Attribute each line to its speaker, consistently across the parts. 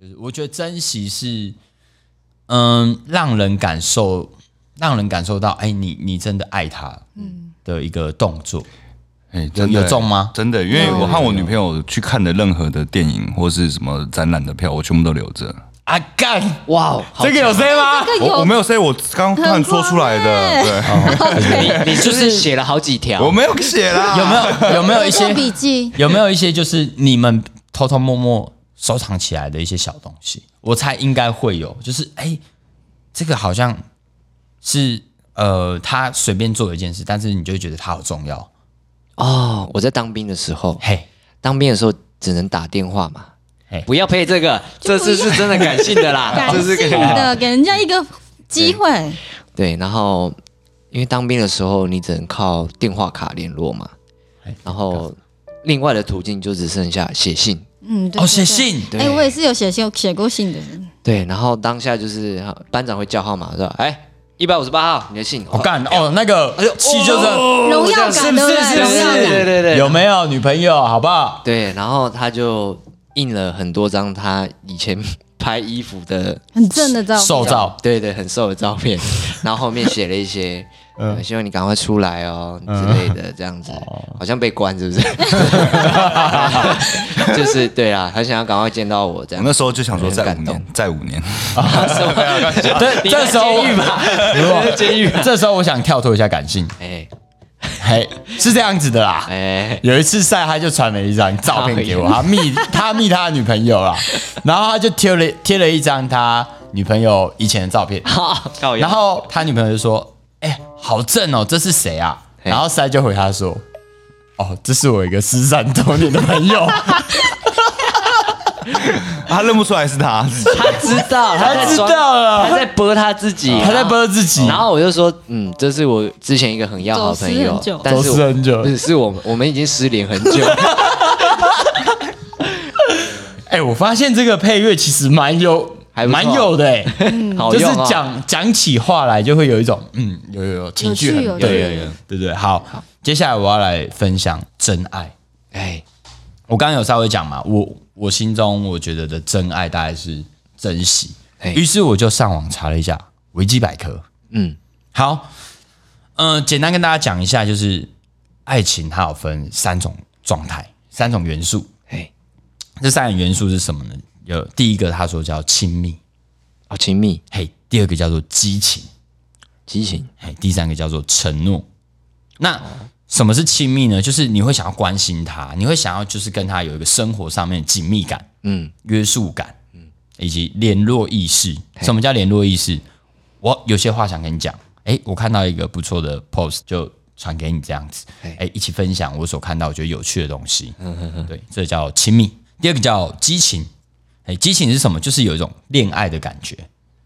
Speaker 1: 就是我觉得珍惜是，嗯，让人感受，让人感受到，哎、你你真的爱他，嗯，的一个动作。
Speaker 2: 哎，真的
Speaker 1: 有中吗
Speaker 2: 真的，因为我和我女朋友去看的任何的电影或是什么展览的票，我全部都留着。
Speaker 1: 啊干，
Speaker 3: 哇哦，好
Speaker 1: 这个有欸 C 吗？
Speaker 4: 这个
Speaker 2: 我我
Speaker 4: 有
Speaker 2: 没有 say，我刚刚突然说出来的，对，
Speaker 3: 你你是不是写了好几条？
Speaker 2: 我没有写啦。
Speaker 1: 有没有有没 有一
Speaker 4: 做
Speaker 1: 些
Speaker 4: 笔记，
Speaker 1: 有没有一些就是你们偷偷摸摸收藏起来的一些小东西？我猜应该会有，就是哎、这个好像是呃，他随便做一件事，但是你就会觉得它好重要。
Speaker 3: 哦，我在当兵的时候，
Speaker 1: 嘿，
Speaker 3: 当兵的时候只能打电话嘛
Speaker 1: 嘿，
Speaker 3: 不要配这个，这次是真的感性的
Speaker 1: 啊
Speaker 3: 啦，
Speaker 4: 感
Speaker 3: 这是
Speaker 4: 性
Speaker 3: 个
Speaker 4: 的，给人家一个机会。
Speaker 3: 对，然后因为当兵的时候，你只能靠电话卡联络嘛，然后另外的途径就只剩下写信。
Speaker 4: 嗯，对
Speaker 1: 哦，写。
Speaker 4: 对对
Speaker 1: 信，
Speaker 3: 对
Speaker 4: 哎，我也是有写信，写过信的人。
Speaker 3: 对，然后当下就是班长会叫号码，说：“哎，一百五十八号，你的信。
Speaker 1: 我、干哦，那个
Speaker 3: 呦
Speaker 1: 气就是、
Speaker 2: 哦
Speaker 4: 荣耀
Speaker 1: 哦是
Speaker 4: 感，
Speaker 1: 不
Speaker 4: 对不
Speaker 1: 是？是
Speaker 4: 对？
Speaker 1: 不
Speaker 4: 荣耀
Speaker 1: 是？
Speaker 3: 对
Speaker 4: 感，
Speaker 3: 对对
Speaker 1: 有没有女朋友？好不好？
Speaker 3: 对，然后他就印了很多张他以前 拍衣服的，
Speaker 4: 很正的照片。
Speaker 1: 受照
Speaker 3: 哦对对，很瘦的照 片，然后后面写了一些。
Speaker 1: 嗯
Speaker 3: 呃希望你赶快出来哦之类的，这样子
Speaker 1: 哦
Speaker 3: 好像被关是不 是？就是对啊，他想要赶快见到我这
Speaker 2: 我
Speaker 3: 样
Speaker 2: 那。时候就想说，
Speaker 3: 很
Speaker 2: 再五
Speaker 3: 感动
Speaker 2: 年，再五年，
Speaker 1: 对，这时候
Speaker 3: 你在监狱吧， 你在监狱吧。
Speaker 1: 这时候我想跳脱一下感性，
Speaker 3: 哎
Speaker 1: 嘿，是这样子的啦。
Speaker 3: 哎，
Speaker 1: 有一次晒，他就传了一张照片给我，他密他密他的女朋友 啦，然后他就贴了贴了一张他女朋友以前的照片，
Speaker 3: 好，高
Speaker 1: 然后他女朋友就说：“哎、好正哦，这是谁啊？”
Speaker 3: 嘿
Speaker 1: 然后塞就回他说：“哦，这是我一个失散多年的朋 友，
Speaker 2: 他认不出来是他自己。
Speaker 3: 他知道，
Speaker 1: 他
Speaker 3: 他在
Speaker 1: 知
Speaker 3: 装，
Speaker 1: 道了，
Speaker 3: 他在播他自己，
Speaker 1: 他在播自己。”
Speaker 3: 然后我就说，嗯，这是我之前一个很要好的朋
Speaker 4: 走失
Speaker 3: 友
Speaker 4: 很久，
Speaker 3: 但是
Speaker 1: 走失很久
Speaker 3: 我不是，是我们我们已经失联很 久。
Speaker 1: 哎、我发现这个配乐其实蛮有，
Speaker 3: 还不错
Speaker 1: 蛮有的、哎，
Speaker 3: 好
Speaker 1: 就是
Speaker 3: 用哦
Speaker 1: 讲讲起话来就会有一种，嗯，有有有情绪
Speaker 4: 有
Speaker 1: 很
Speaker 4: 趣有
Speaker 1: 对，
Speaker 4: 趣
Speaker 1: 有有有对对对。好，接下来我要来分享真爱。
Speaker 3: 哎，
Speaker 1: 我刚刚有稍微讲嘛，我我心中我觉得的真爱大概是珍惜，
Speaker 3: 嘿
Speaker 1: 于是我就上网查了一下维基百科。
Speaker 3: 嗯，
Speaker 1: 好，嗯、简单跟大家讲一下，就是爱情它有分三种状态，三种元素。
Speaker 3: 哎，
Speaker 1: 这三种元素是什么呢？有第一个他说叫亲密，
Speaker 3: 好哦亲密，
Speaker 1: 嘿，第二个叫做激情，
Speaker 3: 激情，
Speaker 1: 嘿，第三个叫做承诺。那什么是亲密呢？就是你会想要关心他，你会想要就是跟他有一个生活上面的紧密感、
Speaker 3: 嗯，
Speaker 1: 约束感，以及联络意识。什么叫联络意识？我有些话想跟你讲，哎，我看到一个不错的 post 就传给你这样子，
Speaker 3: 嘿嗯
Speaker 1: 哎，一起分享我所看到我觉得有趣的东西。对，这叫亲密。第二个叫激情，哎，激情是什么？就是有一种恋爱的感觉。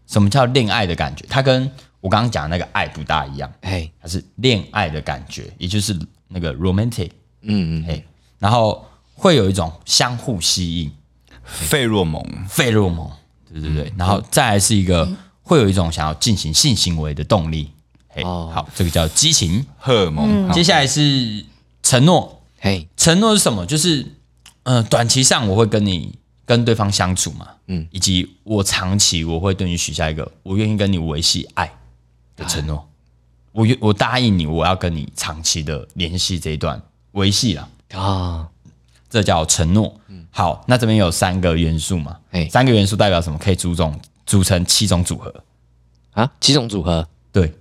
Speaker 1: 什么叫恋爱的感觉？它跟我刚刚讲的那个爱不大一样，
Speaker 3: 哎，
Speaker 1: 它是恋爱的感觉，也就是那个 romantic，
Speaker 3: 嗯嗯，
Speaker 1: 哎，然后会有一种相互吸引，
Speaker 2: 费洛蒙，
Speaker 1: 费洛蒙，对对对，
Speaker 3: 嗯
Speaker 1: 然后再来是一个会有一种想要进行性行为的动力，嘿，
Speaker 3: 哦
Speaker 1: 好，这个叫激情。
Speaker 2: 荷尔蒙。好
Speaker 1: 接下来是承诺，
Speaker 3: 嘿，
Speaker 1: 承诺是什么？就是，呃，短期上我会跟你跟对方相处嘛，嗯，以及我长期我会对你许下一个我愿意跟你维系爱的承诺，我愿我答应你，我要跟你长期的联系这一段维系啦，
Speaker 3: 啊，
Speaker 1: 这叫承诺。好，那这边有三个元素嘛，
Speaker 3: 哎
Speaker 1: 三个元素代表什么？可以组种组成七种组合，
Speaker 3: 啊，七种组合，
Speaker 1: 对，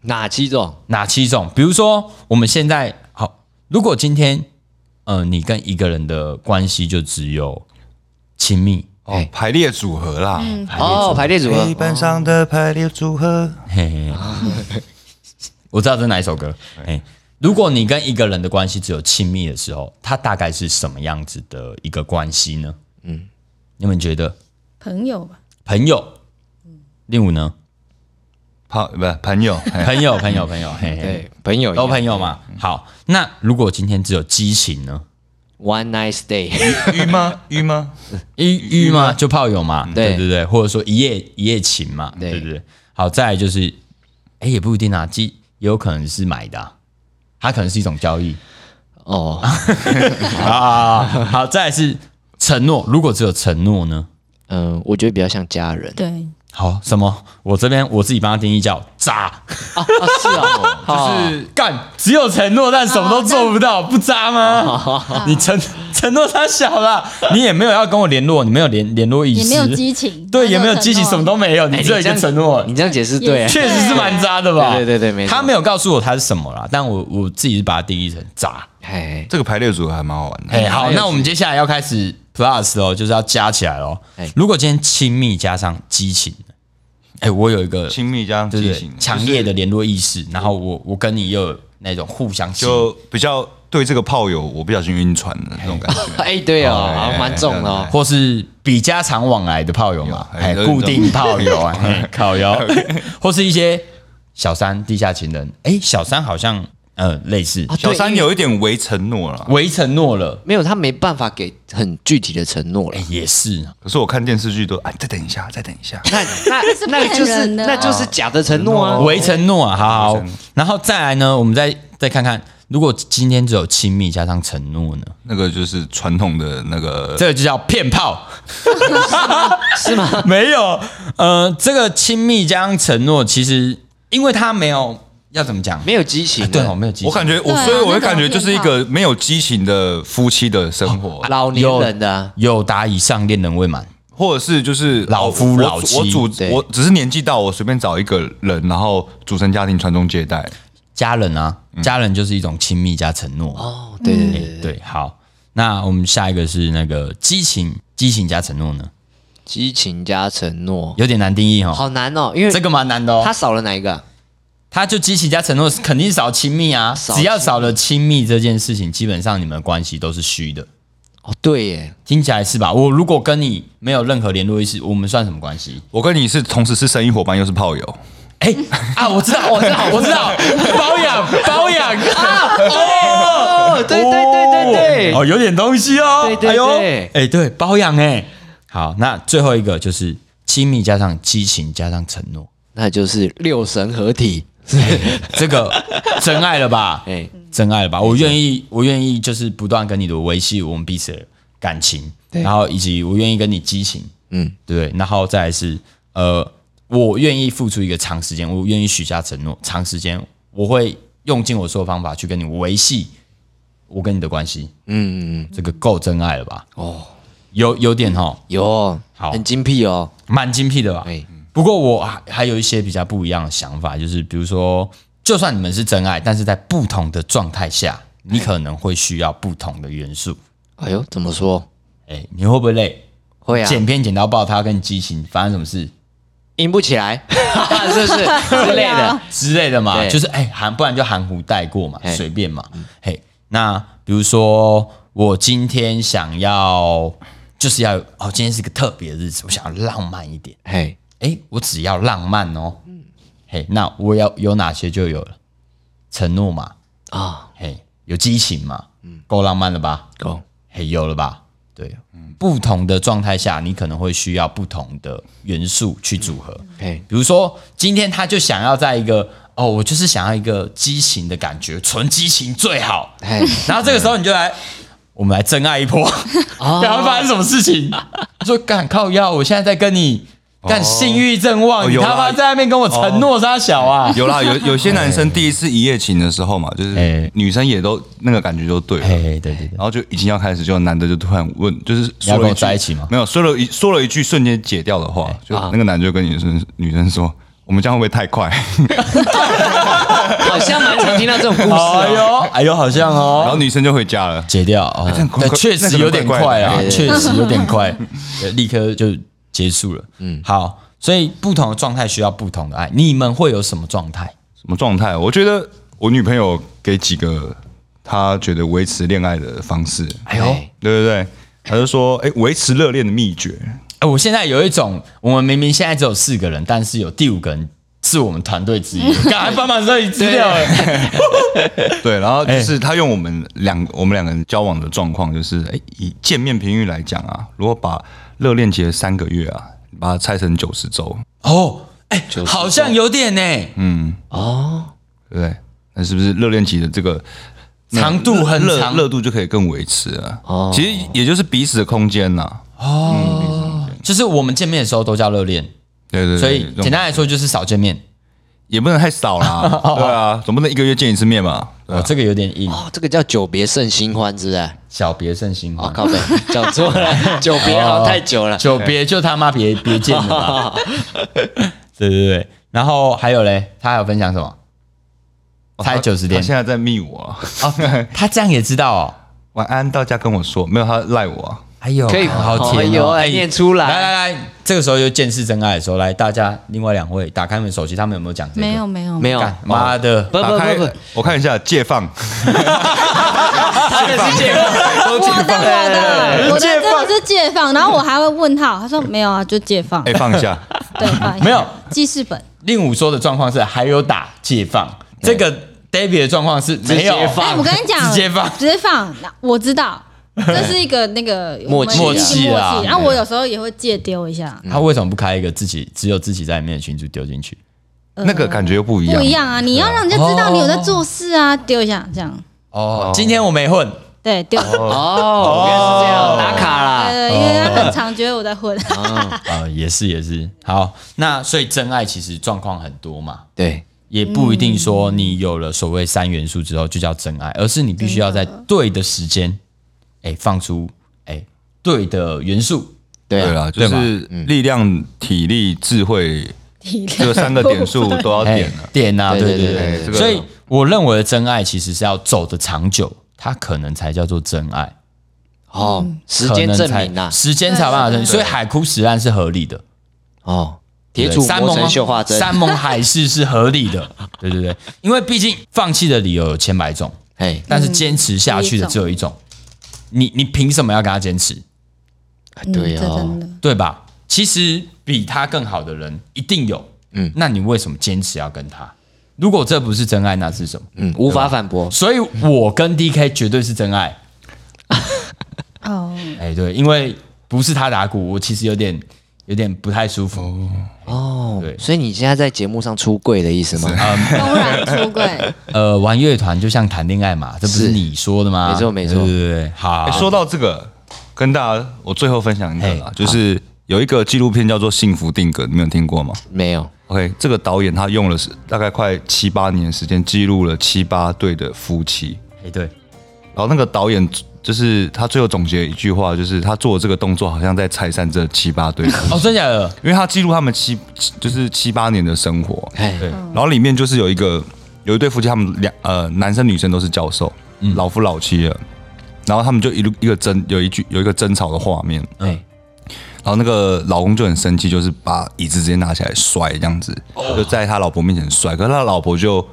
Speaker 3: 哪七种？
Speaker 1: 哪七种？比如说，我们现在好，如果今天，呃，你跟一个人的关系就只有亲密，
Speaker 2: 哦，排列组合啦，
Speaker 1: 嗯
Speaker 3: 哦，排列组合
Speaker 1: 哎
Speaker 2: 黑，板上的排列组合。
Speaker 1: 嘿嘿嘿，我知道这是哪一首歌。哎，如果你跟一个人的关系只有亲密的时候，它大概是什么样子的一个关系呢？嗯，你们觉得
Speaker 4: 朋友吧，
Speaker 1: 朋友，令武呢？
Speaker 2: 朋不是朋友，哎嘿
Speaker 1: 朋友，朋友，朋友，嘿嘿，
Speaker 3: 对，朋友一样
Speaker 1: 都朋友嘛。好，那如果今天只有激情呢？
Speaker 3: ，One Night Stay，
Speaker 2: 鱼吗？鱼吗？
Speaker 1: 一遇嘛，就炮友嘛，对
Speaker 3: 对
Speaker 1: 对对，或者说一夜一夜情嘛，
Speaker 3: 对
Speaker 1: 对对对。好，再来就是，哎，也不一定啊，鸡也有可能是买的、啊，它可能是一种交易
Speaker 3: 哦，
Speaker 1: 啊 啊。好，再来是承诺，如果只有承诺呢？
Speaker 3: 嗯、我觉得比较像家人。
Speaker 4: 对，
Speaker 1: 好，什么？我这边我自己帮他定义叫渣，
Speaker 3: 啊
Speaker 4: 哦
Speaker 3: 啊，是 啊，
Speaker 1: 就是干，只有承诺，但什么都做不到，不渣吗？你承承诺他小了，你也没有要跟我联络，你没有联联络意
Speaker 4: 也
Speaker 1: 思，
Speaker 4: 没有激 情，
Speaker 1: 对，也没有
Speaker 4: 承诺
Speaker 1: 激情，什么都没有，你
Speaker 3: 哎
Speaker 1: 只有一个承诺，
Speaker 3: 你这样解释对
Speaker 4: 也，
Speaker 1: 确实是蛮渣的吧？
Speaker 3: 对对对对没错
Speaker 1: 他没有告诉我他是什么啦，但我我自己是把它定义成渣。
Speaker 3: 哎，
Speaker 2: 这个排列组合还蛮好玩的。
Speaker 1: 哎，好，
Speaker 3: 还有
Speaker 1: 那我们接下来要开始 plus 哦，就是要加起来哦
Speaker 3: 哎。
Speaker 1: 如果今天亲密加上激情，哎，我有一个
Speaker 2: 亲密加上
Speaker 1: 对
Speaker 2: 激
Speaker 1: 对
Speaker 2: 情，
Speaker 1: 强烈的联络意识，然后我我跟你又有那种互相吸引
Speaker 2: 就比较对这个炮友，我不小心晕船了那种感觉。
Speaker 3: 哎，对哦，
Speaker 2: 哎
Speaker 3: 好像蛮重的
Speaker 2: 哎
Speaker 3: 哦
Speaker 2: 哎。
Speaker 1: 或是比家常往来的炮友嘛，
Speaker 2: 有
Speaker 1: 哎，
Speaker 2: 有
Speaker 1: 固定炮友 啊，嘿烤友，或是一些小三、地下情人，哎，小三好像呃类似
Speaker 3: 啊
Speaker 2: 小
Speaker 3: 对
Speaker 2: 三
Speaker 3: 因为
Speaker 2: 有一点为承诺了，
Speaker 1: 为承诺了，
Speaker 3: 没有，他没办法给很具体的承诺了
Speaker 1: 哎。也是
Speaker 2: 可是我看电视剧都哎，再等一下，再等一下。
Speaker 3: 那那
Speaker 4: 是
Speaker 3: 那
Speaker 4: 骗
Speaker 3: 就是
Speaker 4: 人的
Speaker 3: 那就是假的承诺啊。
Speaker 1: 为承诺啊，好
Speaker 2: 微
Speaker 1: 好
Speaker 2: 承诺，
Speaker 1: 然后再来呢，我们再再看看，如果今天只有亲密加上承诺呢，
Speaker 2: 那个就是传统的那个
Speaker 1: 这个就叫骗炮，
Speaker 3: 是吗？
Speaker 1: 没有，呃，这个亲密加上承诺，其实因为他没有要怎么讲，
Speaker 3: 没有激情
Speaker 1: 啊
Speaker 3: 的，
Speaker 1: 对哦，没有激情，
Speaker 2: 我感觉我，
Speaker 4: 对啊
Speaker 2: 所以我会
Speaker 4: 那种
Speaker 2: 感觉就是一个没有激情的夫妻的生 活，
Speaker 3: 老年人的啊
Speaker 1: 有达以上恋人未满。
Speaker 2: 或者是就是
Speaker 1: 老
Speaker 2: 哦
Speaker 1: 夫
Speaker 2: 我
Speaker 1: 老妻
Speaker 2: 我组
Speaker 3: 对
Speaker 2: 我只是年纪到，我随便找一个人，然后组成家庭，传宗接代。
Speaker 1: 家人啊，家人就是一种亲密加承诺。
Speaker 3: 嗯
Speaker 1: 哎
Speaker 3: 哦，对对对对，
Speaker 1: 对，好，那我们下一个是那个激情，激情加承诺呢，
Speaker 3: 激情加承诺，
Speaker 1: 有点难定义哦，
Speaker 3: 好难哦，因为
Speaker 1: 这个蛮难的哦。他
Speaker 3: 他少了哪一个啊？
Speaker 1: 他就激情加承诺，肯定少亲密啊。
Speaker 3: 少
Speaker 1: 只要少了亲密这件事情，基本上你们的关系都是虚的。
Speaker 3: 哦，对耶，
Speaker 1: 听起来是吧？我如果跟你没有任何联络意识，我们算什么关系？
Speaker 2: 我跟你是同时是生意伙伴，又是炮友，
Speaker 1: 哎、 啊，我知道，我知道，我知 道，包养，包养啊！
Speaker 3: 哦，对对对对对，
Speaker 1: 哦，有点东西哦，
Speaker 3: 对对
Speaker 1: 哎呦
Speaker 3: 对
Speaker 1: 哎，对，包养哎，好，那最后一个就是亲密加上激情加上承诺，
Speaker 3: 那就是六神合体，
Speaker 1: 这个真爱了吧？
Speaker 3: 哎，
Speaker 1: 真爱了吧？我愿意，我愿意，就是不断跟你的维系我们彼此的感情，
Speaker 3: 对
Speaker 1: 然后以及我愿意跟你激情，
Speaker 3: 嗯，
Speaker 1: 对不对？然后再来是呃，我愿意付出一个长时间，我愿意许下承诺，长时间我会用尽我所有方法去跟你维系我跟你的关系，
Speaker 3: 嗯，嗯嗯
Speaker 1: 这个够真爱了吧？
Speaker 3: 哦，
Speaker 1: 有有点哈，
Speaker 3: 有哦，
Speaker 1: 好
Speaker 3: 很精辟哦，
Speaker 1: 蛮精辟的吧？
Speaker 3: 哎，
Speaker 1: 不过我还还有一些比较不一样的想法，就是比如说，就算你们是真爱，但是在不同的状态下，你可能会需要不同的元素。
Speaker 3: 哎呦，怎么说？
Speaker 1: 哎，你会不会累？
Speaker 3: 会啊，
Speaker 1: 剪片剪到爆，他跟你激情发生什么事
Speaker 3: 赢不起来， 是不是 之类的？
Speaker 1: 之类的嘛？
Speaker 3: 对
Speaker 1: 就是哎含，不然就含糊带过嘛，
Speaker 3: 哎
Speaker 1: 随便嘛。嘿，那比如说我今天想要，就是要哦，今天是个特别日子，我想要浪漫一点。
Speaker 3: 嘿，
Speaker 1: 哎，我只要浪漫哦，嘿，那我要有哪些就有了，承诺嘛，
Speaker 3: 啊，
Speaker 1: 嘿，有激情嘛，够浪漫了吧？
Speaker 3: 够，
Speaker 1: 嘿，有了吧？对，不同的状态下，你可能会需要不同的元素去组合。
Speaker 3: 嘿，
Speaker 1: 比如说，今天他就想要在一个哦，我就是想要一个激情的感觉，纯激情最好。
Speaker 3: 嘿，
Speaker 1: 然后这个时候你就来，我们来真爱一波，然后发生什么事情？他说敢靠药，我现在在跟你干性欲正旺，
Speaker 2: 哦
Speaker 1: 你
Speaker 2: 有
Speaker 1: 他
Speaker 2: 啦
Speaker 1: 妈在那边跟我承诺啥小啊？
Speaker 2: 有啦，有有些 男生第一次一夜情的时候嘛，就
Speaker 1: 哎
Speaker 2: 是女生也都那个感觉就对了，
Speaker 1: 嘿嘿，对对对
Speaker 2: 然，后就已经要开始，就男的就突然问，就是
Speaker 1: 你要
Speaker 2: 说
Speaker 1: 跟
Speaker 2: 了
Speaker 1: 我
Speaker 2: 一
Speaker 1: 在一
Speaker 2: 句
Speaker 1: 起吗哎啊
Speaker 2: 没有，说了一说了一句瞬间解掉的话，就那个男的就跟女生女生说，我们这样会不会太 快？
Speaker 3: 好像蛮常听到这种故 事
Speaker 1: 哎
Speaker 3: 哦。
Speaker 1: 呦哎呦，好像
Speaker 2: 然后
Speaker 1: 哦。
Speaker 2: 女生就回家了。
Speaker 1: 解掉哦
Speaker 2: 这样，怪
Speaker 1: 对，
Speaker 2: 怪
Speaker 1: 确实有点快啊
Speaker 2: 那
Speaker 3: 个，怪怪的
Speaker 1: 确实有 点快，对立刻就结束了。嗯，好，所以不同的状态需要不同的爱，你们会有什么状态？
Speaker 2: 什么状态？我觉得我女朋友给几个她觉得维持恋爱的方式，
Speaker 1: 哎呦，
Speaker 3: 哎
Speaker 2: 对对对，她就说，哎、维持热恋的秘 诀，
Speaker 1: 哎，我现在有一种，我们明明现在只有四个人，但是有第五个人是我们团队之一， 赶快帮忙收集资料。哎
Speaker 2: 对，然后就是她用我们两我们两个人交往的状况，就是哎、以见面频率来讲啊，如果把热恋期的三个月啊，把它拆成九十周，
Speaker 1: 哦，哎，
Speaker 3: 就是
Speaker 1: 好像有点呢、
Speaker 2: 嗯，
Speaker 3: 哦，
Speaker 2: 对不对？那是不是热恋期的这个
Speaker 1: 长度很
Speaker 2: 热
Speaker 1: 长
Speaker 2: 热度就可以更维持啊？
Speaker 3: 哦
Speaker 2: 啊其实也就是彼此的空间呐、
Speaker 1: 哦，就是我们见面的时候都叫热恋，
Speaker 2: 对对对，
Speaker 1: 所以
Speaker 2: 这种
Speaker 1: 简单来说就是少见面。
Speaker 2: 也不能太 少啦，对啊，总不能一个月见一次面吧？对
Speaker 1: 哦，
Speaker 2: 啊
Speaker 1: 这个有点硬，
Speaker 3: 哦，这个叫久别胜新欢，是不是？
Speaker 1: 小别胜新
Speaker 3: 哦，
Speaker 1: 欢，
Speaker 3: 靠背，讲 错了，久别好像太久了。
Speaker 1: 久别就他妈别别见了 吧。对对对，然后还有嘞，他还有分享什么？猜九十
Speaker 2: 哦他
Speaker 1: 天哦
Speaker 2: 现在在密我啊，
Speaker 1: 他这样也知道哦。
Speaker 2: 晚安到家跟我说，没有他赖我啊，
Speaker 1: 哎呦，
Speaker 3: 可以
Speaker 1: 好
Speaker 3: 哦
Speaker 1: 甜
Speaker 3: 哎呦
Speaker 1: 哦！
Speaker 3: 哎念出来
Speaker 1: 来来来，这个时候就见识真爱的时候，来大家另外两位打开你们手机，他们有没有讲这个？
Speaker 4: 没有，没有
Speaker 3: 没有，
Speaker 1: 哦 干。妈的，
Speaker 3: 不不
Speaker 2: 打开
Speaker 3: 不不，，
Speaker 2: 我看一下借放，
Speaker 3: 他的是借口。
Speaker 4: 我的我的我的真的是解放，然后我还会问号，他说没有啊，就解放
Speaker 2: 哎，，放一下，
Speaker 4: 对，放一下
Speaker 1: 没有。
Speaker 4: 记事本，
Speaker 1: 令武说的状况是还有打解放，这个 David 的状况是没有
Speaker 3: 嗯直接放
Speaker 4: 哎，我跟你讲，
Speaker 1: 直接放
Speaker 4: 直接放，那我知道。这是一个那个
Speaker 3: 默契啊
Speaker 4: 我们是一个
Speaker 1: 默契啊
Speaker 4: 默契，然后我有时候也会借丢一
Speaker 3: 嗯
Speaker 4: 下，
Speaker 1: 他为什么不开一个自己只有自己在里面的群组丢进去？
Speaker 2: 那个感觉又不一样，
Speaker 4: 不一样啊！你要让人家知道你有在做事啊，丢一下这样，
Speaker 1: 哦，今天我没混，
Speaker 4: 对，丢，
Speaker 3: 哦，原来是这样，打卡啦。
Speaker 4: 呃，因为他很常觉得我在混，啊
Speaker 3: 哦
Speaker 1: 呃，也是也是。好，那所以真爱其实状况很多嘛，
Speaker 3: 对，
Speaker 1: 也不一定说你有了所谓三元素之后就叫真爱，而是你必须要在对的时间，哎，放出哎对的元素。
Speaker 3: 对
Speaker 2: 对
Speaker 3: 啊
Speaker 2: 啦，就是
Speaker 1: 嗯
Speaker 2: 力量、体力、智慧
Speaker 4: 体谅
Speaker 2: 这三个点 数都要
Speaker 1: 哎
Speaker 2: 点了。
Speaker 1: 点啊，
Speaker 3: 哦对
Speaker 1: 对
Speaker 3: 对哎
Speaker 1: 对
Speaker 3: 对
Speaker 1: 对
Speaker 2: 对对
Speaker 1: 所以我认为的真爱其实是要走的长久，它可能才叫做真爱。
Speaker 3: 哦，
Speaker 4: 嗯
Speaker 3: 时间证明啊
Speaker 1: 呐，
Speaker 3: 呐。
Speaker 1: 时间才有办法证明，所以海枯石烂是合理的，
Speaker 3: 哦，铁杵
Speaker 1: 三
Speaker 3: 磨
Speaker 1: 盟
Speaker 3: 成绣花针。
Speaker 1: 山盟海誓是合理的，对对对，因为毕竟放弃的理由有千百种，
Speaker 3: 哎，
Speaker 1: 但是坚持下去的只嗯有一种，你你凭什么要跟他坚持，
Speaker 3: 对
Speaker 4: 嗯这真
Speaker 3: 哦，
Speaker 4: 的，
Speaker 1: 对吧？其实比他更好的人一定有，嗯，那你为什么坚持要跟他？如果这不是真爱，那是什么？
Speaker 3: 嗯，无法反驳。
Speaker 1: 所以我跟 DK 绝对是真爱，
Speaker 4: 哦，
Speaker 1: 哎，对，因为不是他打鼓，我其实有点有点不太舒服。
Speaker 3: 哦
Speaker 1: 对，啊
Speaker 3: 所以你现在在节目上出柜的意思吗？
Speaker 4: 公然出柜，
Speaker 1: 呃，玩乐团就像谈恋爱嘛，这不是
Speaker 3: 是
Speaker 1: 你说的吗？
Speaker 3: 没错没错
Speaker 1: 对对对，好，
Speaker 2: 哎说到这个，跟大家我最后分享一个啦
Speaker 1: 嘿，
Speaker 2: 就是有一个纪录片叫做《幸福定格》，你们有听过吗
Speaker 3: 没有。
Speaker 2: ？OK，这个导演他用了是大概快七八年的时间，记录了七八对的夫妻。
Speaker 1: 哎对，
Speaker 2: 然后那个导演就是他最后总结一句话，就是他做这个动作好像在拆散这七八对夫妻，
Speaker 1: 哦，真假的？
Speaker 2: 因为他记录他们七就是七八年的生活。
Speaker 3: 哎，
Speaker 1: 对
Speaker 2: 然后里面就是有一个有一对夫妻，他们两呃男生女生都是教授，
Speaker 1: 嗯
Speaker 2: 老夫老妻了。然后他们就一路一个争有一句有一个争吵的画面，
Speaker 3: 哎，
Speaker 2: 然后那个老公就很生气，就是把椅子直接拿起来摔这样子，就在他老婆面前摔。可是他老婆就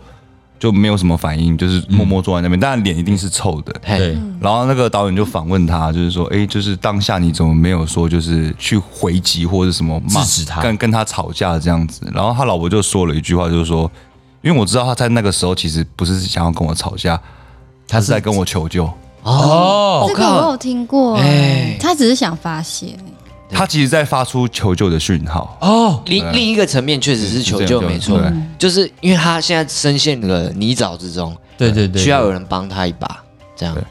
Speaker 2: 就没有什么反应，就是默默坐在那边，但脸一定是臭的。
Speaker 1: 嗯对
Speaker 3: 哎，，
Speaker 2: 然后那个导演就反问他，就是说，哎，就是当下你怎么没有说就是去回击或者什么骂
Speaker 1: 制止他
Speaker 2: 跟跟他吵架这样子？然后他老婆就说了一句话，就是说，因为我知道他在那个时候其实不是想要跟我吵架，他是在跟我求救。
Speaker 1: 哦，
Speaker 4: 这个我有听过，
Speaker 3: 哎
Speaker 4: 他只是想发泄，
Speaker 2: 他其实在发出求救的讯号，
Speaker 1: 哦，
Speaker 3: 另另一个层面确实是求救，
Speaker 2: 是这样
Speaker 3: 没错
Speaker 2: 对，
Speaker 3: 就是因为他现在深陷了泥沼之中，
Speaker 1: 对对对，
Speaker 3: 需要有人帮他一把，这样
Speaker 2: 对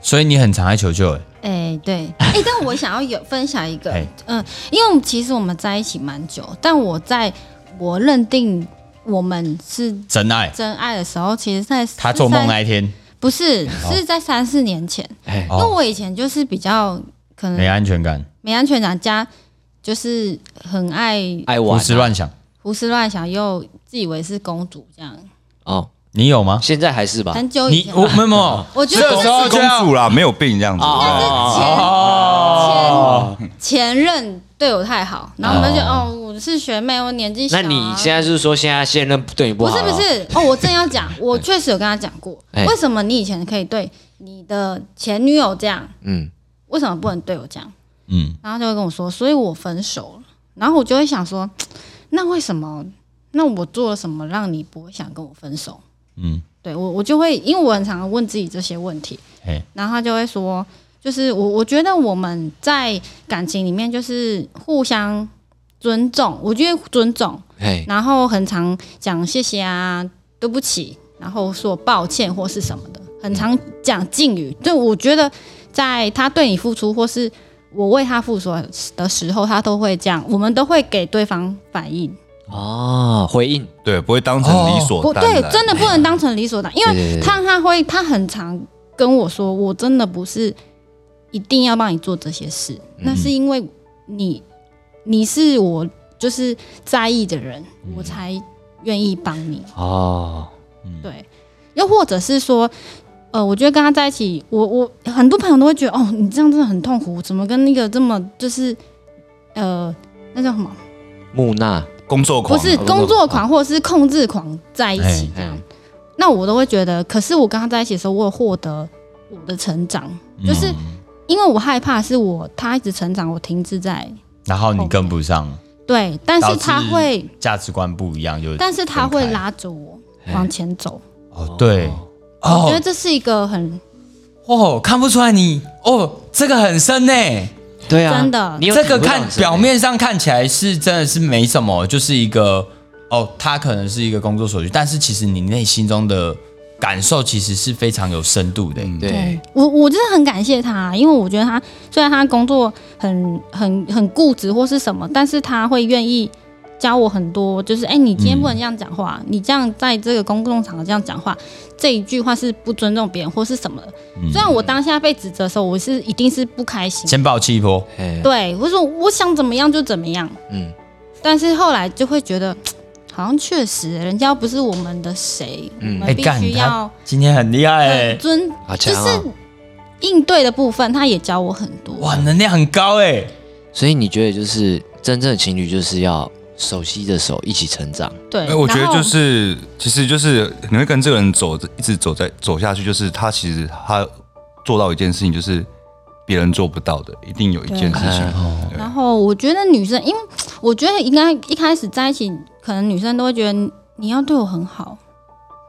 Speaker 1: 所以你很常爱求救，哎，
Speaker 4: 哎，对，哎，但我想要有分享一个
Speaker 1: 哎，
Speaker 4: 嗯，因为我们其实我们在一起蛮久，但我在我认定我们是
Speaker 1: 真爱，
Speaker 4: 真爱的时候，其实在
Speaker 1: 他做梦
Speaker 4: 是
Speaker 1: 那
Speaker 4: 在
Speaker 1: 一天
Speaker 4: 不是是在三四年前，
Speaker 3: 哎
Speaker 4: 因为
Speaker 1: 哦
Speaker 4: 我以前就是比较可
Speaker 1: 没
Speaker 4: 能
Speaker 1: 安全感，
Speaker 4: 没安全感加。就是很爱
Speaker 3: 爱
Speaker 1: 胡
Speaker 3: 玩啊
Speaker 1: 思乱想，
Speaker 4: 胡思乱想，又自以为是公主这样。
Speaker 3: 哦，
Speaker 1: 你有吗？
Speaker 3: 现在还是吧，
Speaker 4: 很久哦以
Speaker 1: 你
Speaker 4: 前吧，啊
Speaker 1: 我没有没 有，
Speaker 4: 我觉得
Speaker 1: 这
Speaker 4: 这
Speaker 1: 时候
Speaker 2: 是啊
Speaker 1: 就
Speaker 2: 公
Speaker 1: 要
Speaker 2: 主啦，没有病这样子。
Speaker 3: 哦
Speaker 2: 对
Speaker 4: 哎
Speaker 1: 啊哦，
Speaker 4: 前任对我太好，然后我们就觉得哦，我是学妹，我年纪小、啊。
Speaker 3: 那你现在是说现在现任对你不
Speaker 4: 不
Speaker 3: 好？
Speaker 4: 是不，是哦，我正要讲，我确实有跟他讲过，
Speaker 3: 哎
Speaker 4: 为什么你以前可以对你的前女友这样，
Speaker 3: 嗯，
Speaker 4: 为什么不能对我这样？
Speaker 1: 嗯，
Speaker 4: 然后他就会跟我说，所以我分手了。然后我就会想说，那为什么？那我做了什么让你不会想跟我分手？
Speaker 1: 嗯
Speaker 4: 嗯，对我我就会，因为我很常问自己这些问题
Speaker 1: 嘿，
Speaker 4: 然后他就会说，就是我我觉得我们在感情里面就是互相尊重，我觉得尊重，
Speaker 3: 哎，
Speaker 4: 然后很常讲谢谢啊、对不起，然后说抱歉或是什么的，很常讲敬语。对，我觉得在他对你付出或是我为他付出的时候，他都会这样，我们都会给对方反应。
Speaker 3: 哦，回应
Speaker 2: 对，不会当成理所
Speaker 4: 哦不
Speaker 2: 当然。
Speaker 4: 对，真的不能当成理所当，因
Speaker 3: 对对
Speaker 4: 为
Speaker 3: 对
Speaker 4: 他他会他很常跟我说，我真的不是一定要帮你做这些事，
Speaker 3: 嗯
Speaker 4: 那是因为你你是我就是在意的人，我才愿意帮你。
Speaker 3: 哦，
Speaker 4: 对，又或者是说，呃，我觉得跟他在一起，我我很多朋友都会觉得，哦，你这样真的很痛苦，怎么跟那个这么就是呃，那叫什么？
Speaker 3: 木讷，
Speaker 2: 工作
Speaker 1: 啊
Speaker 4: 不
Speaker 2: 狂，
Speaker 4: 是工作狂或者是控制狂在一起这样
Speaker 3: 哎，
Speaker 4: 那我都会觉得，可是我跟他在一起的时候，我有获得我的成长，
Speaker 1: 嗯
Speaker 4: 就是因为我害怕是我他一直成长，我停滞在
Speaker 1: 然后你跟不上，
Speaker 4: 对，但
Speaker 1: 导
Speaker 4: 是
Speaker 1: 致
Speaker 4: 他会，
Speaker 1: 价值观不一样，就
Speaker 4: 但是他
Speaker 1: 分
Speaker 4: 会
Speaker 1: 开
Speaker 4: 拉着我
Speaker 3: 哎
Speaker 4: 往前走，
Speaker 1: 哦，对
Speaker 4: 我觉得
Speaker 1: 哦
Speaker 4: 这是一个很
Speaker 1: 哦，看不出来你哦，这个很深呢。
Speaker 3: 对啊，
Speaker 4: 真的
Speaker 3: 你有
Speaker 1: 这
Speaker 3: 体
Speaker 1: 个
Speaker 3: 会到
Speaker 1: 看
Speaker 3: 很深
Speaker 1: 表
Speaker 3: 欸，
Speaker 1: 面上看起来是真的是没什么，就是一个哦，他可能是一个工作所需，但是其实你内心中的感受其实是非常有深度的。
Speaker 4: 嗯
Speaker 3: 对，
Speaker 4: 我，我真的很感谢他，因为我觉得他虽然他工作很很很固执或是什么，但是他会愿意教我很多，就是哎、你今天不能这样讲话，你这样在这个公共场合这样讲话，这一句话是不尊重别人或是什么的。虽然我当下被指责的时候，我是一定是不开心，
Speaker 1: 先爆气一波，
Speaker 3: 哎，
Speaker 4: 对我说我想怎么样就怎么样，
Speaker 3: 嗯，
Speaker 4: 但是后来就会觉得。嘖好像确实，人家不是我们的谁，
Speaker 3: 嗯
Speaker 4: 我
Speaker 1: 哎
Speaker 4: 们必
Speaker 1: 干
Speaker 4: 须
Speaker 1: 他
Speaker 4: 要
Speaker 1: 今天很厉害
Speaker 4: 很
Speaker 1: 哎，
Speaker 4: 尊
Speaker 3: 好
Speaker 4: 就
Speaker 3: 强
Speaker 4: 是
Speaker 3: 哦。
Speaker 4: 应对的部分，他也教我很多。
Speaker 1: 哇，能量很高哎，
Speaker 3: 所以你觉得就是真正的情侣就是要手牵着手一起成长，
Speaker 4: 对，
Speaker 2: 哎，我觉得
Speaker 4: 然后
Speaker 2: 就是，其实就是你会跟这个人走，一直走在走下去，就是他其实他做到一件事情，就是别人做不到的，一定有一件事情。对
Speaker 4: 然后我觉得女生，因为我觉得应该一开始在一起，可能女生都会觉得你要对我很好，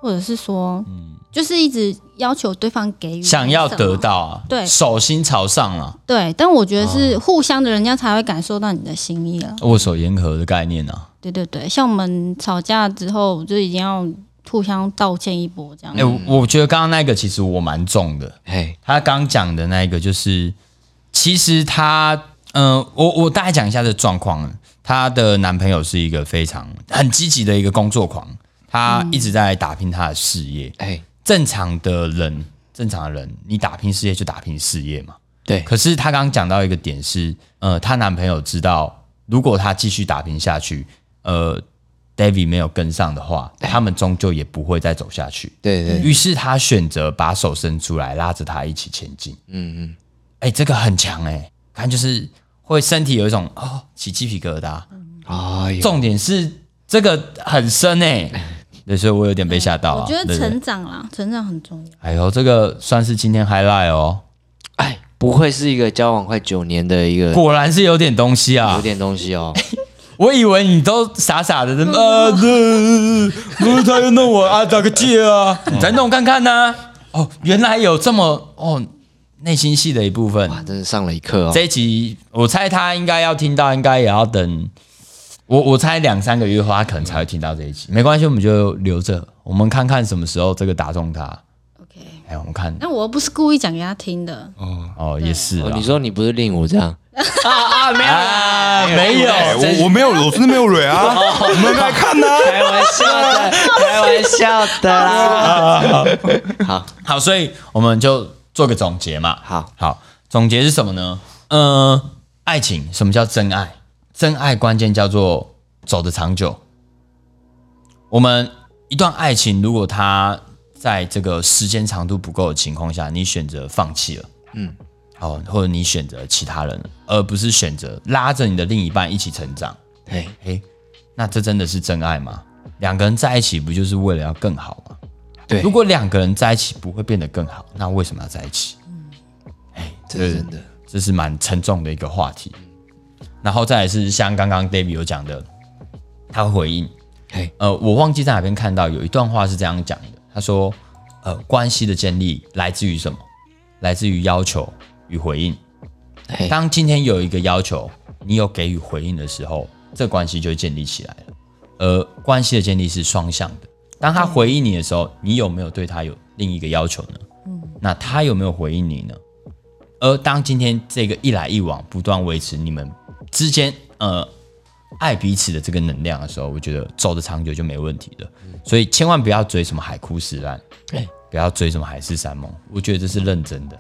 Speaker 4: 或者是说，就是一直要求对方给予你
Speaker 1: 想要
Speaker 4: 什么
Speaker 1: 得到啊，
Speaker 4: 对
Speaker 1: 手心朝上啊，
Speaker 4: 对，但我觉得是互相的，人家才会感受到你的心意了。
Speaker 1: 握手言和的概念啊。
Speaker 4: 对对对，像我们吵架之后，就已经要互相道歉一波这样
Speaker 1: 哎、。我我觉得刚刚那个其实我蛮重的，
Speaker 3: 嘿，
Speaker 1: 他刚讲的那一个就是，其实他，嗯、我我大概讲一下这状况。她的男朋友是一个非常很积极的一个工作狂，他一直在打拼他的事业。
Speaker 3: 哎，
Speaker 1: 正常的人，正常的人，你打拼事业就打拼事业嘛。
Speaker 3: 对，
Speaker 1: 可是她刚刚讲到一个点是，呃，她男朋友知道，如果她继续打拼下去，呃，David 没有跟上的话，他们终究也不会再走下去。
Speaker 3: 对对，
Speaker 1: 于是她选择把手伸出来，拉着他一起前进。
Speaker 3: 嗯嗯，
Speaker 1: 哎、这个很强哎、看就是会身体有一种哦起鸡皮疙瘩。
Speaker 4: 嗯
Speaker 3: 哎呦，
Speaker 1: 重点是这个很深 哎、对，所以我有点被吓到了。
Speaker 4: 我觉得
Speaker 1: 啊对不对
Speaker 4: 成长啦，成长很重要。
Speaker 1: 哎呦，这个算是今天 highlight 哦，
Speaker 3: 哎，不愧是一个交往快九年的一个
Speaker 1: 果然是有点东西啊
Speaker 3: 有。点东西 哦，
Speaker 1: 我以为你都傻傻的，呃，对不是他要弄我啊，打个借啊，你再弄看看呐、哦，原来有这么哦内心戏的一部分。
Speaker 3: 哇，真是上了一课哦
Speaker 1: 这，一集我猜他应该要听到，应该也要等我我猜两三个月后，他可能才会听到这一集。没关系，我们就留着，我们看看什么时候这个打中他。
Speaker 4: OK，
Speaker 1: 哎，我们看
Speaker 4: 那我又不是故意讲给他听的。
Speaker 1: 哦，也是
Speaker 3: 哦
Speaker 1: 啊
Speaker 3: 你说你不是令我这样，
Speaker 1: 啊，没有啊，没有，
Speaker 2: 哎
Speaker 1: 真
Speaker 2: 我我没有，我真的没有蕊 啊，你们来看呐。
Speaker 3: 开玩笑的，开玩笑的啦，好
Speaker 1: 好，所以我们就做个总结嘛。
Speaker 3: 好
Speaker 1: 好，总结是什么呢？嗯，爱情，什么叫真爱？真爱关键叫做走得长久。我们一段爱情，如果它在这个时间长度不够的情况下，你选择放弃了，嗯，好，或者你选择其他人了，而不是选择拉着你的另一半一起成长，
Speaker 3: 哎，
Speaker 1: 诶，那这真的是真爱吗？两个人在一起不就是为了要更好吗？
Speaker 3: 对，
Speaker 1: 如果两个人在一起不会变得更好，那为什么要在一起？
Speaker 3: 这是真的，
Speaker 1: 这是蛮沉重的一个话题。然后再来是像刚刚 David 有讲的，他回应，
Speaker 3: 嘿，
Speaker 1: 呃，我忘记在哪边看到有一段话是这样讲的，他说，呃，关系的建立来自于什么？来自于要求与回应。
Speaker 3: 嘿，
Speaker 1: 当今天有一个要求，你有给予回应的时候，这关系就会建立起来了。而关系的建立是双向的，当他回应你的时候，你有没有对他有另一个要求呢？那他有没有回应你呢？而当今天这个一来一往不断维持你们之间呃爱彼此的这个能量的时候，我觉得走的长久就没问题了。所以千万不要追什么海枯石烂，
Speaker 3: 哎
Speaker 1: 不要追什么海誓山盟，我觉得这是认真的、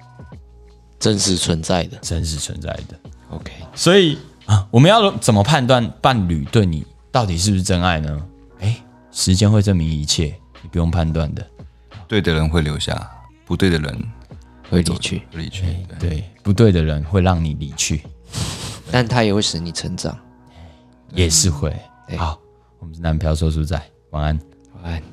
Speaker 3: 真实存在的。
Speaker 1: 真实存在的。
Speaker 3: OK，
Speaker 1: 所以啊，我们要怎么判断伴侣对你到底是不是真爱呢？哎，时间会证明一切，你不用判断的。
Speaker 2: 对的人会留下，不对的人
Speaker 3: 会离去，
Speaker 2: 离去。对
Speaker 1: 对，不对的人会让你离去，
Speaker 3: 但它也会使你成长。
Speaker 1: 也是会。
Speaker 3: 对
Speaker 1: 好，我们是男票说书仔，晚安。
Speaker 3: 晚安。